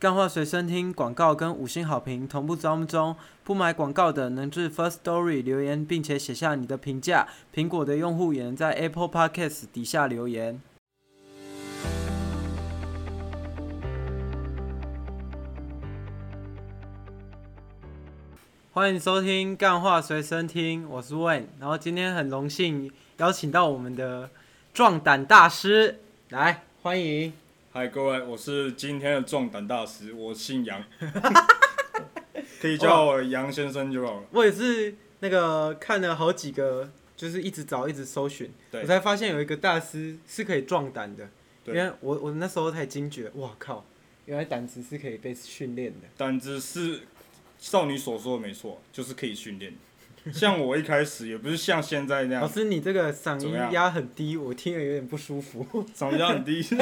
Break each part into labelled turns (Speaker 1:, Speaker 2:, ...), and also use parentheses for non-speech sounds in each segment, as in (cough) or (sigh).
Speaker 1: 干话随身听广告跟五星好评同步招募中，不买广告的能至 First Story 留言，并且写下你的评价。苹果的用户也能在 Apple Podcast 底下留言。欢迎收听《干话随身听》，我是 Wayne，然后今天很荣幸邀请到我们的壮胆大师来，欢迎。
Speaker 2: 嗨，各位，我是今天的壮胆大师，我姓
Speaker 1: (laughs)
Speaker 2: 杨，可以叫我杨先生就好了。
Speaker 1: 我也是那个看了好几个，就是一直找一直搜寻，
Speaker 2: 对
Speaker 1: 我才发现有一个大师是可以壮胆的。因
Speaker 2: 对
Speaker 1: 为我我那时候才惊觉，哇靠，原来胆子是可以被训练的。
Speaker 2: 胆子是少女所说的没错，就是可以训练。像我一开始也不是像现在那
Speaker 1: 老
Speaker 2: 样，
Speaker 1: 师，你这个嗓
Speaker 2: 怎
Speaker 1: 音
Speaker 2: 么样
Speaker 1: 压很低，我听了有点不舒服。
Speaker 2: 长得很低， (laughs) 是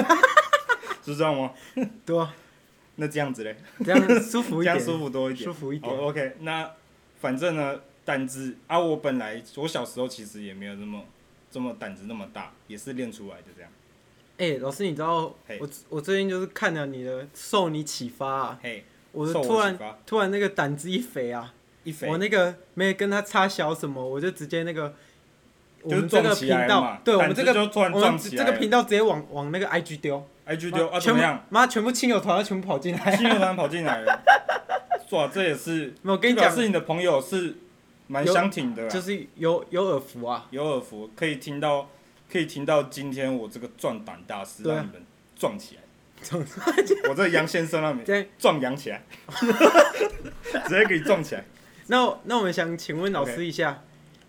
Speaker 2: 这样吗？
Speaker 1: (laughs) 对啊，
Speaker 2: 那这样子嘞，
Speaker 1: 这样舒服
Speaker 2: (laughs) 这
Speaker 1: 一
Speaker 2: 样
Speaker 1: 点，
Speaker 2: 舒服多一点
Speaker 1: 舒。服一点。
Speaker 2: o OK，那反正呢，胆子啊，我本来我小时候其实也没有这么这么胆子那么大，也是练出来的这样。
Speaker 1: 哎、老师，你知道
Speaker 2: 嘿
Speaker 1: 我我最近就是看了你的，受你启发啊，
Speaker 2: 嘿，
Speaker 1: 我的
Speaker 2: 受
Speaker 1: 突
Speaker 2: 我启
Speaker 1: 然
Speaker 2: 发，
Speaker 1: 突然那个胆子一肥啊，
Speaker 2: 一肥
Speaker 1: 我那个没跟他插小什么，我就直接那个。我
Speaker 2: 就是
Speaker 1: 们这个
Speaker 2: 撞起
Speaker 1: 频
Speaker 2: 来了
Speaker 1: 道
Speaker 2: 嘛，，
Speaker 1: 对我们
Speaker 2: 胆
Speaker 1: 这
Speaker 2: 子
Speaker 1: 个
Speaker 2: 就突
Speaker 1: 我
Speaker 2: 然
Speaker 1: 们
Speaker 2: 撞起
Speaker 1: 这
Speaker 2: 来
Speaker 1: 个
Speaker 2: 了
Speaker 1: 频道直接往往那个 IG 丢，
Speaker 2: ，IG 丢啊
Speaker 1: 全
Speaker 2: 怎
Speaker 1: 部
Speaker 2: 么样？
Speaker 1: 妈全部亲友团要全部跑进
Speaker 2: (laughs)
Speaker 1: 来。 (laughs)
Speaker 2: 新友团跑进来了，哇，这也是，
Speaker 1: 没有我跟你
Speaker 2: 表
Speaker 1: 讲，
Speaker 2: 示你的朋友是蛮相挺的啦，啊
Speaker 1: 就是有有耳福啊，
Speaker 2: 有耳福，可以听到，可以听到今天我这个壮胆大师
Speaker 1: 对啊
Speaker 2: 让你们壮起来，我这杨先生
Speaker 1: (laughs)
Speaker 2: 让你们
Speaker 1: 对，
Speaker 2: 壮阳起来，直接给你壮起来。
Speaker 1: 那我那我们想请问老师一下，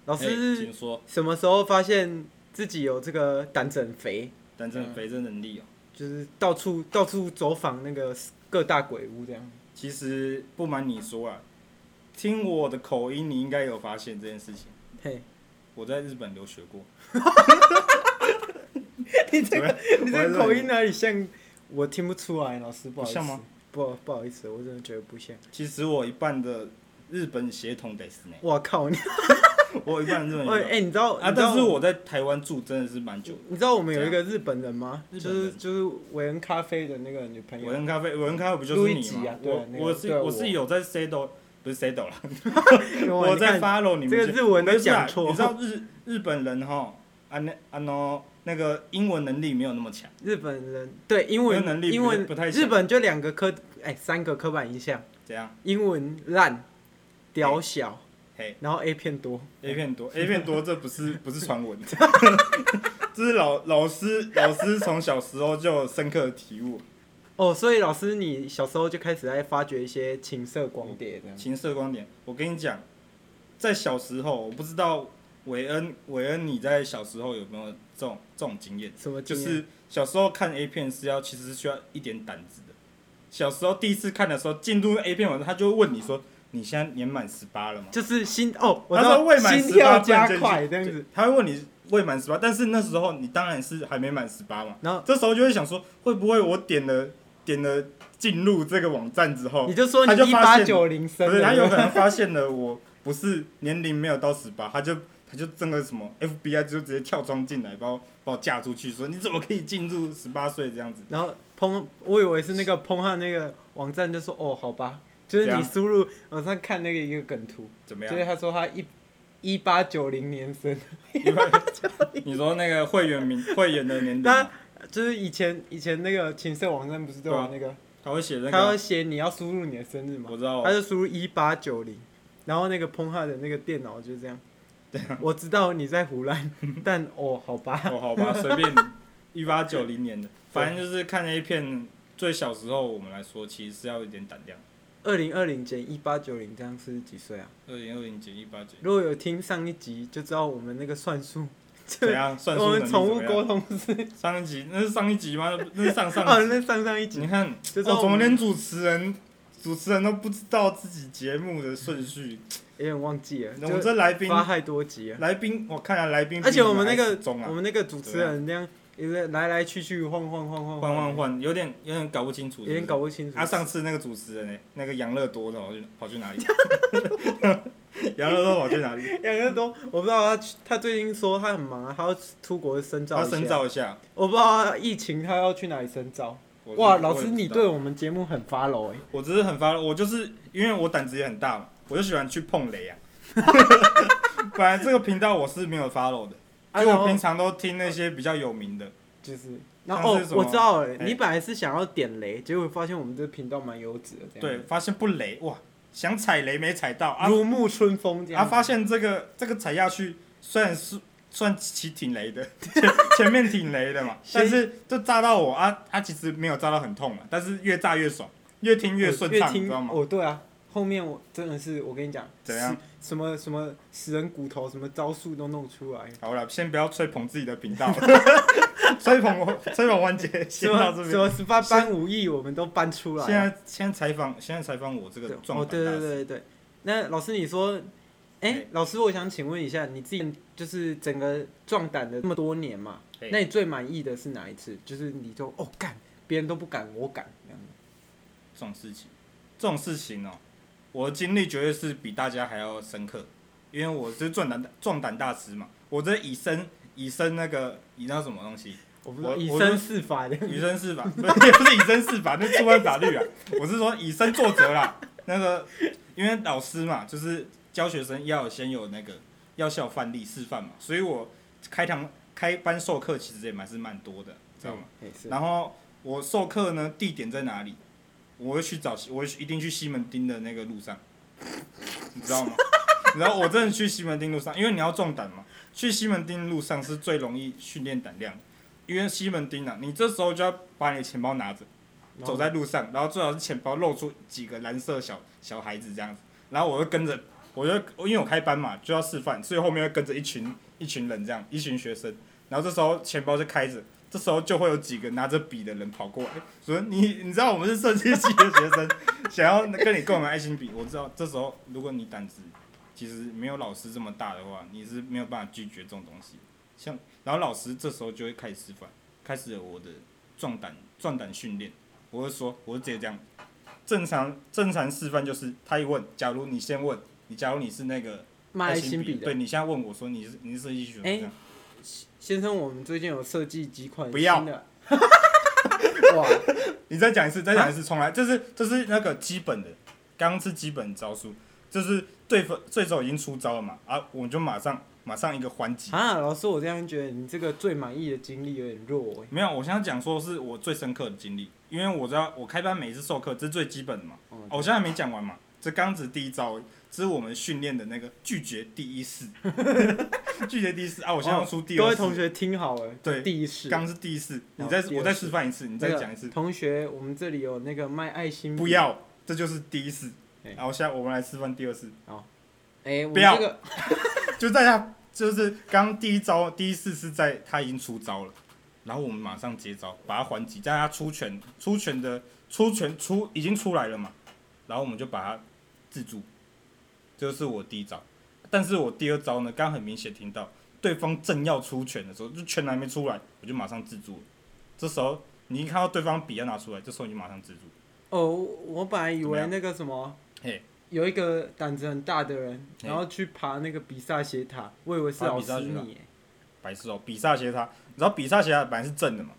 Speaker 1: 老
Speaker 2: 哎
Speaker 1: 师
Speaker 2: 请说，
Speaker 1: 什么时候发现自己有这个胆子很肥，
Speaker 2: 胆振肥真能力哦。
Speaker 1: 就是到处到处走访那个各大鬼屋这样？
Speaker 2: 其实不瞒你说啊，听我的口音，你应该有发现这件事情。
Speaker 1: 嘿，
Speaker 2: 我在日本留学过，
Speaker 1: (laughs) 你这
Speaker 2: 怎么
Speaker 1: 个
Speaker 2: 样
Speaker 1: 你这个口音哪里像？我听不出来，老师不好意思，
Speaker 2: 不像吗
Speaker 1: 不好不好意思，我真的觉得不像。
Speaker 2: 其实我一半的日本血统
Speaker 1: (laughs)
Speaker 2: 得是呢，
Speaker 1: 哇靠，你
Speaker 2: 我有一半日本
Speaker 1: 哎、
Speaker 2: 血统。
Speaker 1: 你知道？
Speaker 2: 啊，
Speaker 1: 你知道
Speaker 2: 但是我在台湾住真的是蛮久的。
Speaker 1: 你知道我们有一个日本人吗？
Speaker 2: 怎
Speaker 1: 就
Speaker 2: 样日本
Speaker 1: 是
Speaker 2: 人
Speaker 1: 就是韦恩咖啡的那个女朋
Speaker 2: 我
Speaker 1: 友，
Speaker 2: 跟咖啡，我跟咖啡不就是
Speaker 1: 录一
Speaker 2: 你
Speaker 1: 集
Speaker 2: 吗？
Speaker 1: 啊对啊
Speaker 2: 我
Speaker 1: 那个
Speaker 2: 我
Speaker 1: 对啊
Speaker 2: 是
Speaker 1: 我
Speaker 2: 我是有在 settle，不是
Speaker 1: (laughs)
Speaker 2: settle 了，
Speaker 1: 我
Speaker 2: 我在 follow 你们
Speaker 1: 这个
Speaker 2: 就
Speaker 1: 日文都
Speaker 2: 没事啊
Speaker 1: 讲错
Speaker 2: 你知道日日本人哈，啊那啊 no 那个英文能力没有那么强，
Speaker 1: 日本人对英文
Speaker 2: 英文能力
Speaker 1: 英文
Speaker 2: 不太强
Speaker 1: 日本就两个科哎、三个刻板印象，
Speaker 2: 怎样
Speaker 1: 英文烂、屌小，
Speaker 2: 嘿
Speaker 1: 然后 A 片多。
Speaker 2: ？A
Speaker 1: (laughs)
Speaker 2: 片多，A 片多，这不是不是传闻， (laughs) 这是老老师老师从小时候就有深刻的体悟，
Speaker 1: 哦，所以老师你小时候就开始在发掘一些情色光碟这样。
Speaker 2: 情色光点。我跟你讲，在小时候，我不知道韦恩韦恩你在小时候有没有这种这种经验？
Speaker 1: 什么
Speaker 2: 就
Speaker 1: 经验
Speaker 2: 是小时候看 A 片是要其实是需要一点胆子的。小时候第一次看的时候，进入 A 片网站，他就会问你说：“你现在年满十八了吗
Speaker 1: 就是心哦，？”我
Speaker 2: 他
Speaker 1: 知
Speaker 2: 说
Speaker 1: 道
Speaker 2: 未满
Speaker 1: 心
Speaker 2: 十八
Speaker 1: 跳加快这样子，，
Speaker 2: 他会问你未满十八，但是那时候你当然是还没满十八嘛。
Speaker 1: 然后
Speaker 2: 这时候就会想说，会不会我点了点了进入这个网站之后
Speaker 1: 你，就说
Speaker 2: 他
Speaker 1: 你
Speaker 2: 就
Speaker 1: 一
Speaker 2: 发
Speaker 1: 八
Speaker 2: 现
Speaker 1: 九零升
Speaker 2: 不是他
Speaker 1: (laughs)
Speaker 2: 有可
Speaker 1: 的，
Speaker 2: 能发现了我不是年龄没有到十八，他就他就整个什么 FBI 就直接跳窗进来，把我把我架出去，说你怎么可以进入十八岁这样子？
Speaker 1: 然后碰我以为是那个碰汉那个网站就说哦好吧，就是
Speaker 2: 怎
Speaker 1: 你
Speaker 2: 样啊
Speaker 1: 输入网上看那个一个梗图，
Speaker 2: 怎么
Speaker 1: 就是
Speaker 2: 样？
Speaker 1: 他说他一一八九零年生。 (laughs)
Speaker 2: (laughs) 你说那个会员名会员的年龄
Speaker 1: 那
Speaker 2: 吗，
Speaker 1: 就是以前以前那个情色网站不是都有那个，
Speaker 2: 他会啊写那
Speaker 1: 他要
Speaker 2: 个，
Speaker 1: 写你要输入你的生日嘛
Speaker 2: 我，知道
Speaker 1: 他
Speaker 2: 哦，
Speaker 1: 就输入一八九零，然后那个 p o n h 的那个电脑就这样。
Speaker 2: (laughs)
Speaker 1: 我知道你在胡乱，但哦，好吧，
Speaker 2: 哦好吧，随便
Speaker 1: (laughs)
Speaker 2: 一八九零年的，反正就是看 A 片。最小时候我们来说，其实是要有点胆量。
Speaker 1: 二零二零减一八九零，这样是几岁啊？
Speaker 2: 二零二零减一八九，
Speaker 1: 如果有听上一集，就知道我们那个算术，就
Speaker 2: (laughs) 怎样
Speaker 1: (laughs)
Speaker 2: 算
Speaker 1: 我
Speaker 2: 数能
Speaker 1: 们
Speaker 2: 力
Speaker 1: 宠
Speaker 2: 怎
Speaker 1: 物
Speaker 2: 么
Speaker 1: 沟
Speaker 2: 样？
Speaker 1: 通是
Speaker 2: 上一集那是上一集吗？那是上
Speaker 1: (laughs)
Speaker 2: 上
Speaker 1: 哦，
Speaker 2: 集。
Speaker 1: 那上上一集
Speaker 2: 你看，
Speaker 1: 就知道
Speaker 2: 哦，
Speaker 1: 我
Speaker 2: 怎么
Speaker 1: 们
Speaker 2: 连主持人主持人都不知道自己节目的顺序？
Speaker 1: 有点忘记了，
Speaker 2: 我们
Speaker 1: 就
Speaker 2: 这来宾，
Speaker 1: 发太多集了。
Speaker 2: 来宾，我看来来宾比
Speaker 1: 而且我们那
Speaker 2: 还
Speaker 1: 个
Speaker 2: 死忠啊，
Speaker 1: 我们那个主持人那样一直来来去去晃晃晃晃
Speaker 2: 换换换，有点有点搞不清楚，
Speaker 1: 有点搞不清
Speaker 2: 是
Speaker 1: 楚。
Speaker 2: 啊不是。啊，上次那个主持人呢？那个杨乐多跑去跑去哪里？ (laughs) 杨乐多跑去哪里？
Speaker 1: 两个都我不知道他去他最近说他很忙啊，他要出国深造
Speaker 2: 他
Speaker 1: 一下
Speaker 2: 深，造一下，
Speaker 1: 我不知道他疫情他要去哪里深造。
Speaker 2: 我
Speaker 1: 哇，
Speaker 2: 是
Speaker 1: 老
Speaker 2: 我也
Speaker 1: 师
Speaker 2: 不
Speaker 1: 你
Speaker 2: 知道
Speaker 1: 对我们节目很 follow 哎、
Speaker 2: 我只是很发，我就是因为我胆子也很大嘛，我就喜欢去碰雷
Speaker 1: (laughs)
Speaker 2: 啊。本来这个频道我是没有 follow 的，
Speaker 1: 啊，
Speaker 2: 就
Speaker 1: 然
Speaker 2: 我
Speaker 1: 后
Speaker 2: 平常都听那些比较有名的。
Speaker 1: 就是，然后哦
Speaker 2: 像是，什么
Speaker 1: 我知道了，
Speaker 2: 哎
Speaker 1: 你本来是想要点雷，结果发现我们这个频道蛮优质的，这样
Speaker 2: 对，，发现不雷哇，想踩雷没踩到啊
Speaker 1: 如沐春风这样
Speaker 2: 啊！
Speaker 1: 子。
Speaker 2: 发现这个这个踩下去，虽然是算其挺雷的， (laughs) 前前面挺
Speaker 1: (laughs)
Speaker 2: 雷的嘛，但是就炸到我啊啊！其实没有炸到很痛嘛，但是越炸越爽，越听越顺
Speaker 1: 我
Speaker 2: 畅，你
Speaker 1: 听
Speaker 2: 知道吗？
Speaker 1: 哦，对啊，后面我真的是，我跟你讲，
Speaker 2: 怎样
Speaker 1: 死？什么什么死人骨头，什么招数都弄出来，
Speaker 2: 好了，先不要吹捧自己的频道， (laughs) 吹捧我吹
Speaker 1: (laughs)
Speaker 2: 捧环节
Speaker 1: 什
Speaker 2: 先到
Speaker 1: 么
Speaker 2: 这
Speaker 1: 什
Speaker 2: 边。
Speaker 1: 么十八般武艺，我们都搬出来
Speaker 2: 现
Speaker 1: 啊。
Speaker 2: 在现在采访现在采访我这个
Speaker 1: 对
Speaker 2: 状
Speaker 1: 哦，
Speaker 2: 况，
Speaker 1: 对对对对对。那老师，你说，哎
Speaker 2: 哎，
Speaker 1: 老师，我想请问一下，你自己就是整个壮胆的这么多年嘛，
Speaker 2: 哎
Speaker 1: 那你最满意的是哪一次？就是你就哦干，别人都不敢，我敢这样。
Speaker 2: 这种事情，这种事情哦、我的经历绝对是比大家还要深刻，因为我是壮胆壮胆大师嘛，我这以身以身那个以那什么东西，
Speaker 1: 我不知道
Speaker 2: 我
Speaker 1: 以
Speaker 2: 我
Speaker 1: 身
Speaker 2: 就
Speaker 1: 试法的，
Speaker 2: 以身试法，不是也不是以身试法，那触犯法律啊，我是说以身作则啦。那个因为老师嘛，就是教学生要有先有那个要先有范例示范嘛，所以我开堂开班授课其实也蛮是蛮多的，
Speaker 1: (laughs)
Speaker 2: 知道吗？
Speaker 1: 嗯？也是。
Speaker 2: 然后我授课呢，地点在哪里？我会去找，我会一定去西门町的那个路上，你知道吗？然后我真的去西门町路上，因为你要壮胆嘛。去西门町路上是最容易训练胆量的，因为西门町啊，你这时候就要把你的钱包拿着，
Speaker 1: 然后
Speaker 2: 走在路上，然后最好是钱包露出几个蓝色小小孩子这样子，然后我就跟着，我就因为我开班嘛，就要示范，所以后面会跟着一群一群人这样，一群学生，然后这时候钱包就开着，这时候就会有几个拿着笔的人跑过来，说你你知道我们是设计系的学生， (laughs) 想要跟你购买爱心笔，我知道这时候如果你胆子其实没有老师这么大的话，你是没有办法拒绝这种东西，像然后老师这时候就会开始示范，开始了我的壮胆壮胆训练。我就说，我就直接这样。正常正常示范就是他一问，假如你先问，你假如你是那个
Speaker 1: 卖爱心
Speaker 2: 心
Speaker 1: 笔
Speaker 2: 对
Speaker 1: 的
Speaker 2: 你现在问我说你是你是设计学生
Speaker 1: 哎
Speaker 2: 这样，
Speaker 1: 先生，我们最近有设计几款
Speaker 2: 不要
Speaker 1: 新的。 (laughs) 哇，
Speaker 2: 你再讲一次，再
Speaker 1: 啊
Speaker 2: 讲一次，重来，这是这是那个基本的，刚刚是基本招数，就是对方对手已经出招了嘛，啊，我们就马上马上一个还击。
Speaker 1: 啊，老师，我这样觉得你这个最满意的经历有点弱哎、
Speaker 2: 没有，我现在讲说是我最深刻的经历，因为我知道我开班每一次授课这是最基本的嘛，
Speaker 1: 哦
Speaker 2: 哦，我现在还没讲完嘛，这刚只第一招而已，这是我们训练的那个拒绝第
Speaker 1: (laughs)
Speaker 2: 一式，拒绝第一式啊！我现在要出第
Speaker 1: 哦各
Speaker 2: 二
Speaker 1: 位
Speaker 2: 式，
Speaker 1: 同学听好了，
Speaker 2: 对
Speaker 1: 第一式。
Speaker 2: 刚是第一式，你
Speaker 1: 好
Speaker 2: 再
Speaker 1: 第二
Speaker 2: 我再
Speaker 1: 式
Speaker 2: 示范一次，你
Speaker 1: 你
Speaker 2: 再讲一次，
Speaker 1: 同学，我们这里有那个卖爱心笔
Speaker 2: 不。要，这就是第一式。
Speaker 1: 哎
Speaker 2: 然后现在我们来示范第二式，
Speaker 1: 哎、我们
Speaker 2: 不要
Speaker 1: 这个
Speaker 2: 就在他就是刚第一招第一式是在他已经出招了，然后我们马上接招把他还击，在他出拳出拳的出拳出已经出来了嘛，然后我们就把他制住，这就是我第一招。但是我第二招呢，刚很明显听到对方正要出拳的时候，就拳还没出来，我就马上制住了。这时候你一看到对方笔要拿出来，这时候你就马上制住。
Speaker 1: 哦，我本来以
Speaker 2: 怎么
Speaker 1: 为
Speaker 2: 样
Speaker 1: 那个什么
Speaker 2: 嘿，
Speaker 1: 有一个胆子很大的人，
Speaker 2: 嘿
Speaker 1: 然后去爬那个比萨斜塔，我以为是
Speaker 2: 爬
Speaker 1: 老
Speaker 2: 比
Speaker 1: 师
Speaker 2: 萨斜塔
Speaker 1: 你、哎
Speaker 2: 白痴哦、比萨斜塔，你知道比萨斜塔本来是正的嘛？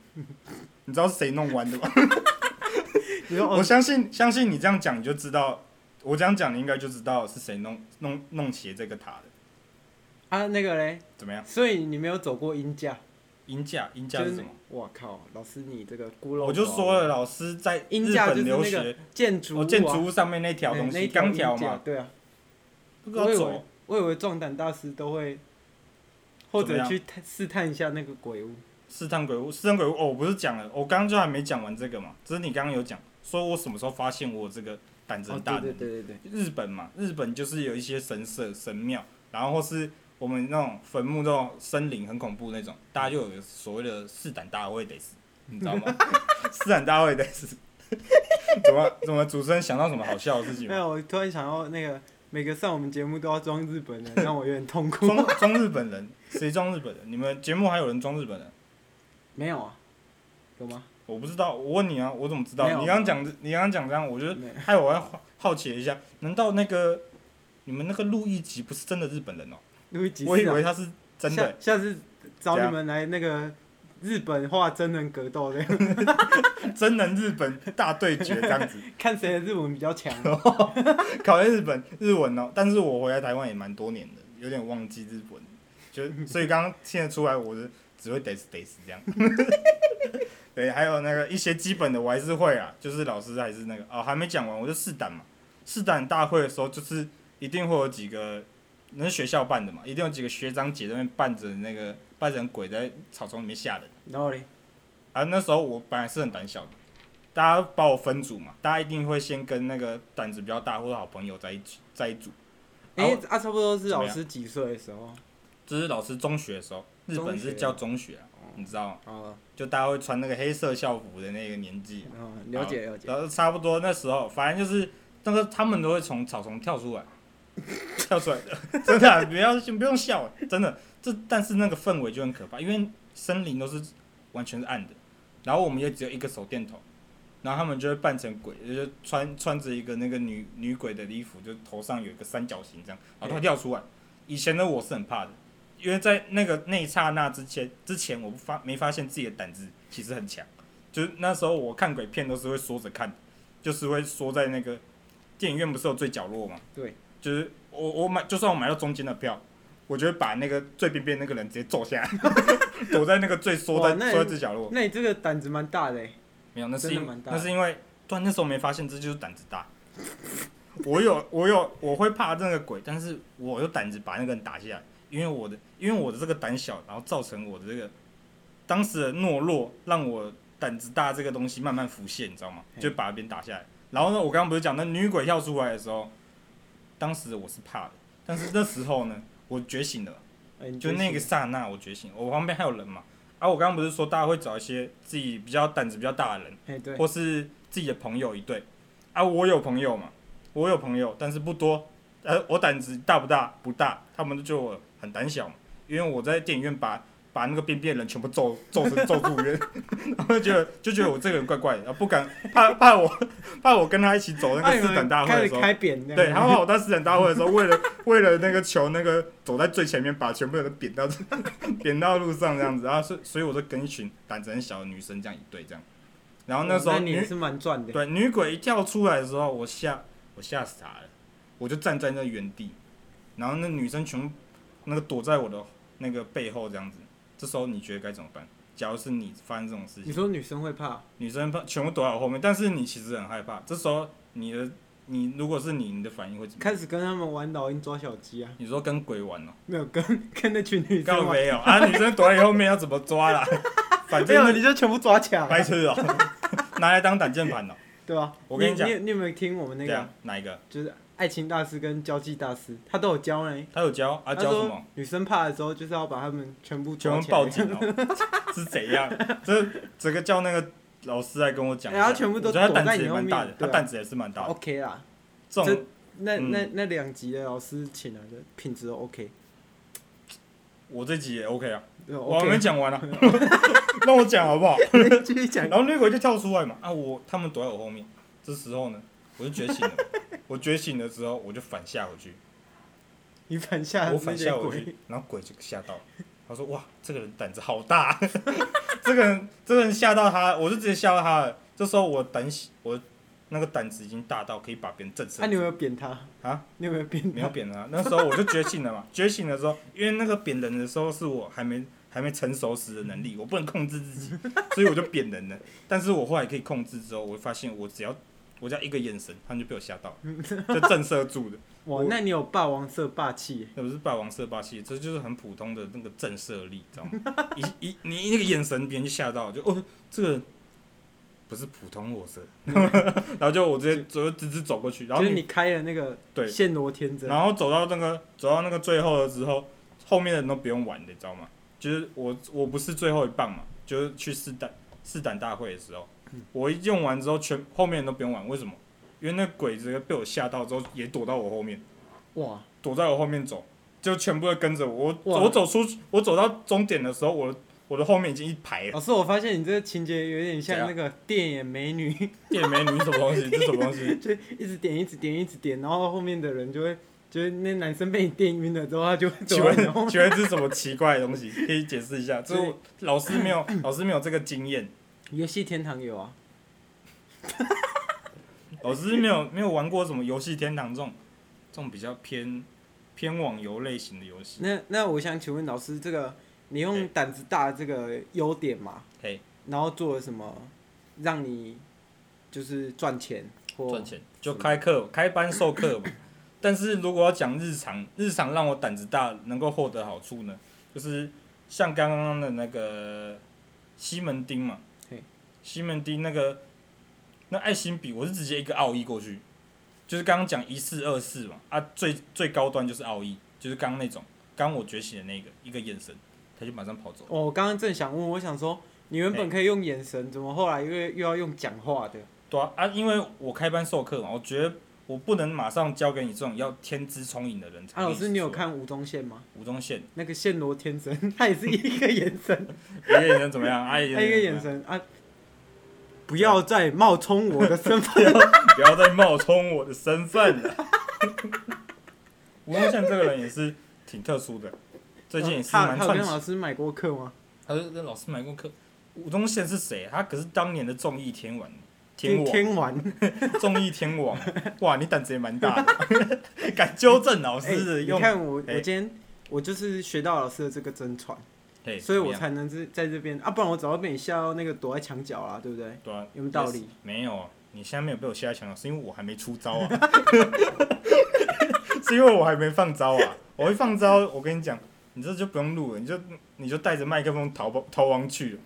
Speaker 2: 你知道是谁弄弯的吗？ (laughs)
Speaker 1: (laughs) 你说
Speaker 2: 我
Speaker 1: 哦，
Speaker 2: 相信，相信你这样讲，你就知道，我这样讲，你应该就知道是谁弄弄弄斜这个塔的，
Speaker 1: 啊那个嘞，
Speaker 2: 怎么样？
Speaker 1: 所以你没有走过鹰架，
Speaker 2: 鹰架，鹰架
Speaker 1: 就是是
Speaker 2: 什么？
Speaker 1: 我靠，老师你这个孤陋寡闻。
Speaker 2: 我就说了，老师在
Speaker 1: 鹰
Speaker 2: 日
Speaker 1: 架就
Speaker 2: 本
Speaker 1: 是
Speaker 2: 留
Speaker 1: 那
Speaker 2: 学，
Speaker 1: 个建筑物、
Speaker 2: 哦，
Speaker 1: 啊，
Speaker 2: 建筑物上面那条东
Speaker 1: 哎那
Speaker 2: 西，
Speaker 1: 一条
Speaker 2: 钢
Speaker 1: 衣
Speaker 2: 条
Speaker 1: 架
Speaker 2: 嘛，
Speaker 1: 对啊，
Speaker 2: 不知道
Speaker 1: 我以为
Speaker 2: 走，
Speaker 1: 我以为壮胆大师都会，或
Speaker 2: 怎
Speaker 1: 者
Speaker 2: 么样
Speaker 1: 去探试探一下那个鬼屋。
Speaker 2: 试探鬼屋，试探鬼屋。哦，我不是讲了，我刚刚就还没讲完这个嘛，只是你刚刚有讲，说我什么时候发现我有这个胆子
Speaker 1: 哦
Speaker 2: 很，大
Speaker 1: 对
Speaker 2: 的
Speaker 1: 对
Speaker 2: 人，
Speaker 1: 对对对，
Speaker 2: 日本嘛，日本就是有一些神社、神庙，然后或是我们那种坟墓、那种森林很恐怖那种，大家就有个所谓的试胆大会得死，你知
Speaker 1: (laughs)
Speaker 2: 道吗？试胆大会得死。 (laughs) 怎么怎么主持人想到什么好笑的事情
Speaker 1: 没
Speaker 2: 吗？
Speaker 1: 有，我突然想到那个每个上我们节目都要装日本
Speaker 2: (laughs)
Speaker 1: 人，让我有点痛苦。
Speaker 2: 装装日本人，谁装日本人？你们节目还有人装日本人？
Speaker 1: 没有啊？有吗？
Speaker 2: 我不知道，我问你啊，我怎么知道
Speaker 1: 没有？
Speaker 2: 你刚刚讲，你刚刚讲这样，我觉得
Speaker 1: 没有
Speaker 2: 害我要好好奇一下，难道那个你们那个路易吉不是真的日本人哦？
Speaker 1: 路易吉斯啊
Speaker 2: 我以为他是真的欸、
Speaker 1: 下下次找
Speaker 2: 怎
Speaker 1: 你
Speaker 2: 样
Speaker 1: 们来那个日本话真人格斗这
Speaker 2: (laughs)
Speaker 1: 样，
Speaker 2: 真人日本大对决这样子， (laughs)
Speaker 1: 看谁的日文比较强。
Speaker 2: 哦考验日本日文哦。但是我回来台湾也蛮多年的，有点忘记日文，就所以刚刚现在出来，我是只会 des des 这样。 (laughs) 对，还有那个一些基本的我还是会啊，就是老师还是那个哦，还没讲完，我就试胆嘛。试胆大会的时候，就是一定会有几个，那是学校办的嘛，一定有几个学长姐在那边扮着那个扮成鬼在草丛里面吓人。
Speaker 1: 然后嘞，
Speaker 2: 啊，那时候我本来是很胆小的，大家把我分组嘛，大家一定会先跟那个胆子比较大或者好朋友在一起在一组。
Speaker 1: 哎、
Speaker 2: 然后
Speaker 1: 啊，差不多是老师几岁的时候？
Speaker 2: 这是老师中学的时候，日本
Speaker 1: 中
Speaker 2: 是
Speaker 1: 学
Speaker 2: 叫中学啊，
Speaker 1: 哦
Speaker 2: 你知道吗？
Speaker 1: 好了，
Speaker 2: 就大家会穿那个黑色校服的那个年纪，
Speaker 1: 然后了解了解。
Speaker 2: 然后差不多那时候，反正就是那个他们都会从草丛
Speaker 1: (laughs)
Speaker 2: 跳出来，跳出来的，真的啊、不要不用笑，真的。这但是那个氛围就很可怕，因为森林都是完全是暗的，然后我们也只有一个手电筒，然后他们就会扮成鬼，就是穿穿着一个那个女女鬼的衣服，就头上有一个三角形这样，然后它跳出来。以前的我是很怕的，因为在那个那一刹那之前，之前我不发没发现自己的胆子其实很强，就是那时候我看鬼片都是会缩着看，就是会缩在那个电影院不是有最角落吗？
Speaker 1: 对，
Speaker 2: 就是我我买就算我买到中间的票。我就会把那个最边边那个人直接揍下来， (laughs) 躲在那个最缩在
Speaker 1: 哇那
Speaker 2: 缩在最角落。
Speaker 1: 那你这个胆子蛮大的、欸，
Speaker 2: 没有，那是
Speaker 1: 真的
Speaker 2: 因
Speaker 1: 蛮大的
Speaker 2: 那是因为，突然那时候没发现，这就是胆子大。我有 (laughs) 我有我会怕那个鬼，但是我有胆子把那个人打下来，因为我的因为我的这个胆小，然后造成我的这个当时的懦弱，让我胆子大这个东西慢慢浮现，你知道吗？
Speaker 1: 嘿
Speaker 2: 就把别人打下来。然后呢，我刚刚不是讲那女鬼跳出来的时候，当时我是怕的，但是那时候呢，我觉醒了。
Speaker 1: 哎你
Speaker 2: 就
Speaker 1: 觉得
Speaker 2: 那个
Speaker 1: 行
Speaker 2: 刹那，我觉醒，我旁边还有人嘛。啊，我刚刚不是说大家会找一些自己比较胆子比较大的人，
Speaker 1: 哎、对，
Speaker 2: 或是自己的朋友一对。啊，我有朋友嘛，我有朋友，但是不多。呃，我胆子大不大？不大，他们就觉得我很胆小嘛，因为我在电影院把把那个边边的人全部揍揍成揍住院， (laughs) 然后就觉得就觉得我这个人怪怪的，啊不敢怕怕我怕我跟他一起走那
Speaker 1: 啊
Speaker 2: 个
Speaker 1: 你
Speaker 2: 斯
Speaker 1: 们
Speaker 2: 坦大会
Speaker 1: 开
Speaker 2: 的
Speaker 1: 始
Speaker 2: 时候，
Speaker 1: 开扁这
Speaker 2: 对，
Speaker 1: 样
Speaker 2: 他
Speaker 1: 吗，
Speaker 2: 们我在市场大会的时候，为了为了那个球，那个走在最前面，把全部人都扁到扁到路上这样子，然后所以所以我就跟一群胆子很小的女生这样一对这样，然后那时候
Speaker 1: 哇哦你
Speaker 2: 女、
Speaker 1: 也是蛮赚的，
Speaker 2: 对女鬼一跳出来的时候，我吓我吓傻了，我就站在那原地，然后那女生全部那个躲在我的那个背后这样子，这时候你觉得该怎么办？假如是你发生这种事情
Speaker 1: 你，说女生会怕，
Speaker 2: 女生怕全部躲在我后面，但是你其实很害怕，这时候你的你如果是你，你的反应会怎么样？
Speaker 1: 开始跟他们玩老鹰抓小鸡啊，
Speaker 2: 你说跟鬼玩哦、
Speaker 1: 没有跟跟那群女
Speaker 2: 告
Speaker 1: 生玩，
Speaker 2: 没有啊？女生躲在你后面要怎么抓
Speaker 1: (laughs)
Speaker 2: 啦？反
Speaker 1: 没有
Speaker 2: 正
Speaker 1: 你就全部抓起来
Speaker 2: 白
Speaker 1: 啊，(laughs)
Speaker 2: 痴哦、拿来当挡箭盘哦、
Speaker 1: 对吧？
Speaker 2: 我跟你讲
Speaker 1: 你你有没有听我们那
Speaker 2: 对
Speaker 1: 个、
Speaker 2: 啊，哪一个？
Speaker 1: 就是爱情大师跟交际大师，他都有教呢。
Speaker 2: 他有教啊？
Speaker 1: 他
Speaker 2: 教什
Speaker 1: 说
Speaker 2: 么？
Speaker 1: 女生怕的时候，就是要把他们全部
Speaker 2: 全
Speaker 1: 抓
Speaker 2: 部
Speaker 1: 起来
Speaker 2: 报警哦、 (laughs) 是怎样？这整个叫那个老师来跟我讲一下。
Speaker 1: 哎他全部都
Speaker 2: 我觉得他胆
Speaker 1: 躲在
Speaker 2: 子
Speaker 1: 你
Speaker 2: 也
Speaker 1: 后
Speaker 2: 蛮大的
Speaker 1: 面，
Speaker 2: 他
Speaker 1: 对啊
Speaker 2: 胆子也是蛮大的。
Speaker 1: OK 啦。
Speaker 2: 这种
Speaker 1: 这那
Speaker 2: 嗯
Speaker 1: 那那两集的老师请来的品质都 OK，
Speaker 2: 我这集也 OK 啊，
Speaker 1: 对
Speaker 2: 我还没
Speaker 1: 哦 OK。(laughs)
Speaker 2: 讲完啊，让我讲好不好？
Speaker 1: 继续讲
Speaker 2: 然，后女鬼就跳出来嘛，啊我他们躲在我后面，这时候呢，我就觉醒了，我觉醒了之后，我就反吓回去。
Speaker 1: 你反 (laughs) 下
Speaker 2: 我
Speaker 1: 那
Speaker 2: 反
Speaker 1: 些
Speaker 2: 吓回
Speaker 1: 鬼，
Speaker 2: 去，然后鬼就吓到了，他说：“哇，这个人胆子好大、 (laughs) 这个人这个人吓到他，我就直接吓到他了。这时候我胆小，我那个胆子已经大到可以把别人震慑
Speaker 1: 啊，你有
Speaker 2: 住。
Speaker 1: 没有扁他？
Speaker 2: 啊，
Speaker 1: 你有没有扁
Speaker 2: 没有
Speaker 1: 他？
Speaker 2: 扁他，那时候我就觉醒了嘛。觉醒的时候，因为那个扁人的时候是我还没还没成熟时的能力，我不能控制自己，所以我就扁人了。但是我后来可以控制之后，我发现我只要我只要一个眼神，他们就被我吓到了，就震慑住了。
Speaker 1: 哇，那你有霸王色霸气耶，
Speaker 2: 那不是霸王色霸气，这就是很普通的那个震慑力，知道吗？一 (laughs) 一你那个眼神，别人就吓到，就哦，这个不是普通我色， (laughs) 然后就我直接走，直直走过去，然后
Speaker 1: 就是
Speaker 2: 你
Speaker 1: 你开了那个
Speaker 2: 对
Speaker 1: 暹罗天真，
Speaker 2: 然后走到那个走到那个最后了之后，后面的人都不用玩的，你知道吗？就是我我不是最后一棒嘛，就是去试胆试胆大会的时候，我一用完之后，全后面人都不用玩，为什么？因为那鬼子被我吓到之后，也躲到我后面。
Speaker 1: 哇，
Speaker 2: 躲在我后面走，就全部都跟着我。我
Speaker 1: 哇
Speaker 2: 我走出去，我走到终点的时候，我我的后面已经一排
Speaker 1: (laughs)
Speaker 2: 了。
Speaker 1: 老师，哦我发现你这个情节有点像
Speaker 2: 怎
Speaker 1: 那
Speaker 2: 样
Speaker 1: 个电眼美女， (laughs) 啊
Speaker 2: 电美女是什么东西？这是什么东西？
Speaker 1: 就一直点一直点一直点，然后后面的人就会就是那男生被你电晕了之后，他就会
Speaker 2: 请
Speaker 1: 走
Speaker 2: 问
Speaker 1: 然后
Speaker 2: 请问这是什么奇怪的东西？可以解释一下？这我老师没有老师没有这个经验，
Speaker 1: 游戏天堂有啊，
Speaker 2: 老师没有没有玩过什么游戏天堂这种这种比较偏偏网游类型的游戏。
Speaker 1: 那那我想请问老师，这个你用
Speaker 2: 嘿
Speaker 1: 胆子大这个优点嘛，
Speaker 2: 嘿，
Speaker 1: 然后做了什么让你就是赚钱或
Speaker 2: 赚？钱哦就开课开班授课嘛。 (coughs) 但是如果要讲日常，日常让我胆子大能够获得好处呢，就是像刚刚的那个西门町嘛
Speaker 1: 嘿，
Speaker 2: 西门町那个那爱心笔，我是直接一个奥义过去，就是刚刚讲一四二四嘛，啊最最高端就是奥义，就是刚刚那种刚我觉醒的那个一个眼神，他就马上跑走。
Speaker 1: 哦我刚刚正想问，我想说你原本可以用眼神，怎么后来又又要用讲话的？
Speaker 2: 对啊，啊，因为我开班授课嘛，我觉得我不能马上教给你这种要天资聪颖的人才。
Speaker 1: 啊，老师你有看吴宗宪吗？
Speaker 2: 吴宗宪？
Speaker 1: 那个线罗天神， (laughs) 他也是一个眼
Speaker 2: (laughs)
Speaker 1: 神，
Speaker 2: 一个眼神怎么
Speaker 1: (laughs)
Speaker 2: 样？啊，一
Speaker 1: 他一个眼
Speaker 2: 怎么样，
Speaker 1: 神啊，不要再冒充我的身份。
Speaker 2: 不要再冒充我的身
Speaker 1: (laughs)
Speaker 2: 份了。吴宗宪这个人也是挺特殊的， (laughs) 最近也是
Speaker 1: 他
Speaker 2: 蛮
Speaker 1: 他有
Speaker 2: 传
Speaker 1: 跟
Speaker 2: 奇。
Speaker 1: 老师买过课吗？
Speaker 2: 他是跟老师买过课。吴宗宪是谁？啊他可是当年的综艺天王，
Speaker 1: 天
Speaker 2: 王，
Speaker 1: 天玩，
Speaker 2: 综艺天王。哇，你胆子也蛮大的，
Speaker 1: (laughs)
Speaker 2: 敢纠正老
Speaker 1: 哎，
Speaker 2: 师的
Speaker 1: 你
Speaker 2: 用。
Speaker 1: 看我我
Speaker 2: 哎
Speaker 1: 今天我就是学到老师的这个真传。
Speaker 2: 嘿
Speaker 1: 所以我
Speaker 2: 哎怎么样
Speaker 1: 才能是在这边啊，不然我早就被你吓到那个躲在墙角啦，对不对？
Speaker 2: 对啊，
Speaker 1: 有没有道理？
Speaker 2: 没有啊，你现在没有被我吓在墙上，是因为我还没出招
Speaker 1: (laughs)
Speaker 2: 啊，是因为我还没放招啊。我一放招，我跟你讲，你这就不用录了，你就你就带着麦克风逃跑逃亡去了，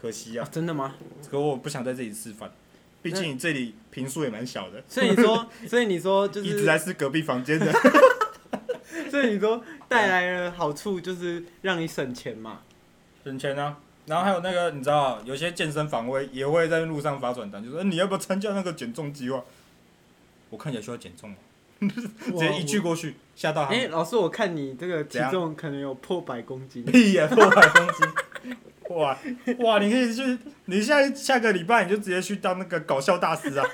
Speaker 2: 可惜
Speaker 1: (laughs)
Speaker 2: 啊
Speaker 1: 啊，。真的吗？
Speaker 2: 可我不想在这里示范，毕竟你这里平数也蛮小的，
Speaker 1: 所以你
Speaker 2: (laughs)
Speaker 1: 说，所以你说就
Speaker 2: 一直还
Speaker 1: 是，
Speaker 2: 是隔壁
Speaker 1: (laughs)
Speaker 2: 房间的。
Speaker 1: 所以你说带来的好处就是让你省钱嘛。
Speaker 2: 省钱啊。然后还有那个，你知道啊，有些健身房会也会在路上发传单，就说、呃你要不要参加那个减重计划？我看起来需要减重吗，啊直接一句过去吓到他们
Speaker 1: 哎、。老师，我看你这个体
Speaker 2: 怎样
Speaker 1: 重可能有破百公斤，
Speaker 2: 屁呀、破百公斤！哇哇，你可以去，你下下个礼拜你就直接去当那个搞笑大师啊，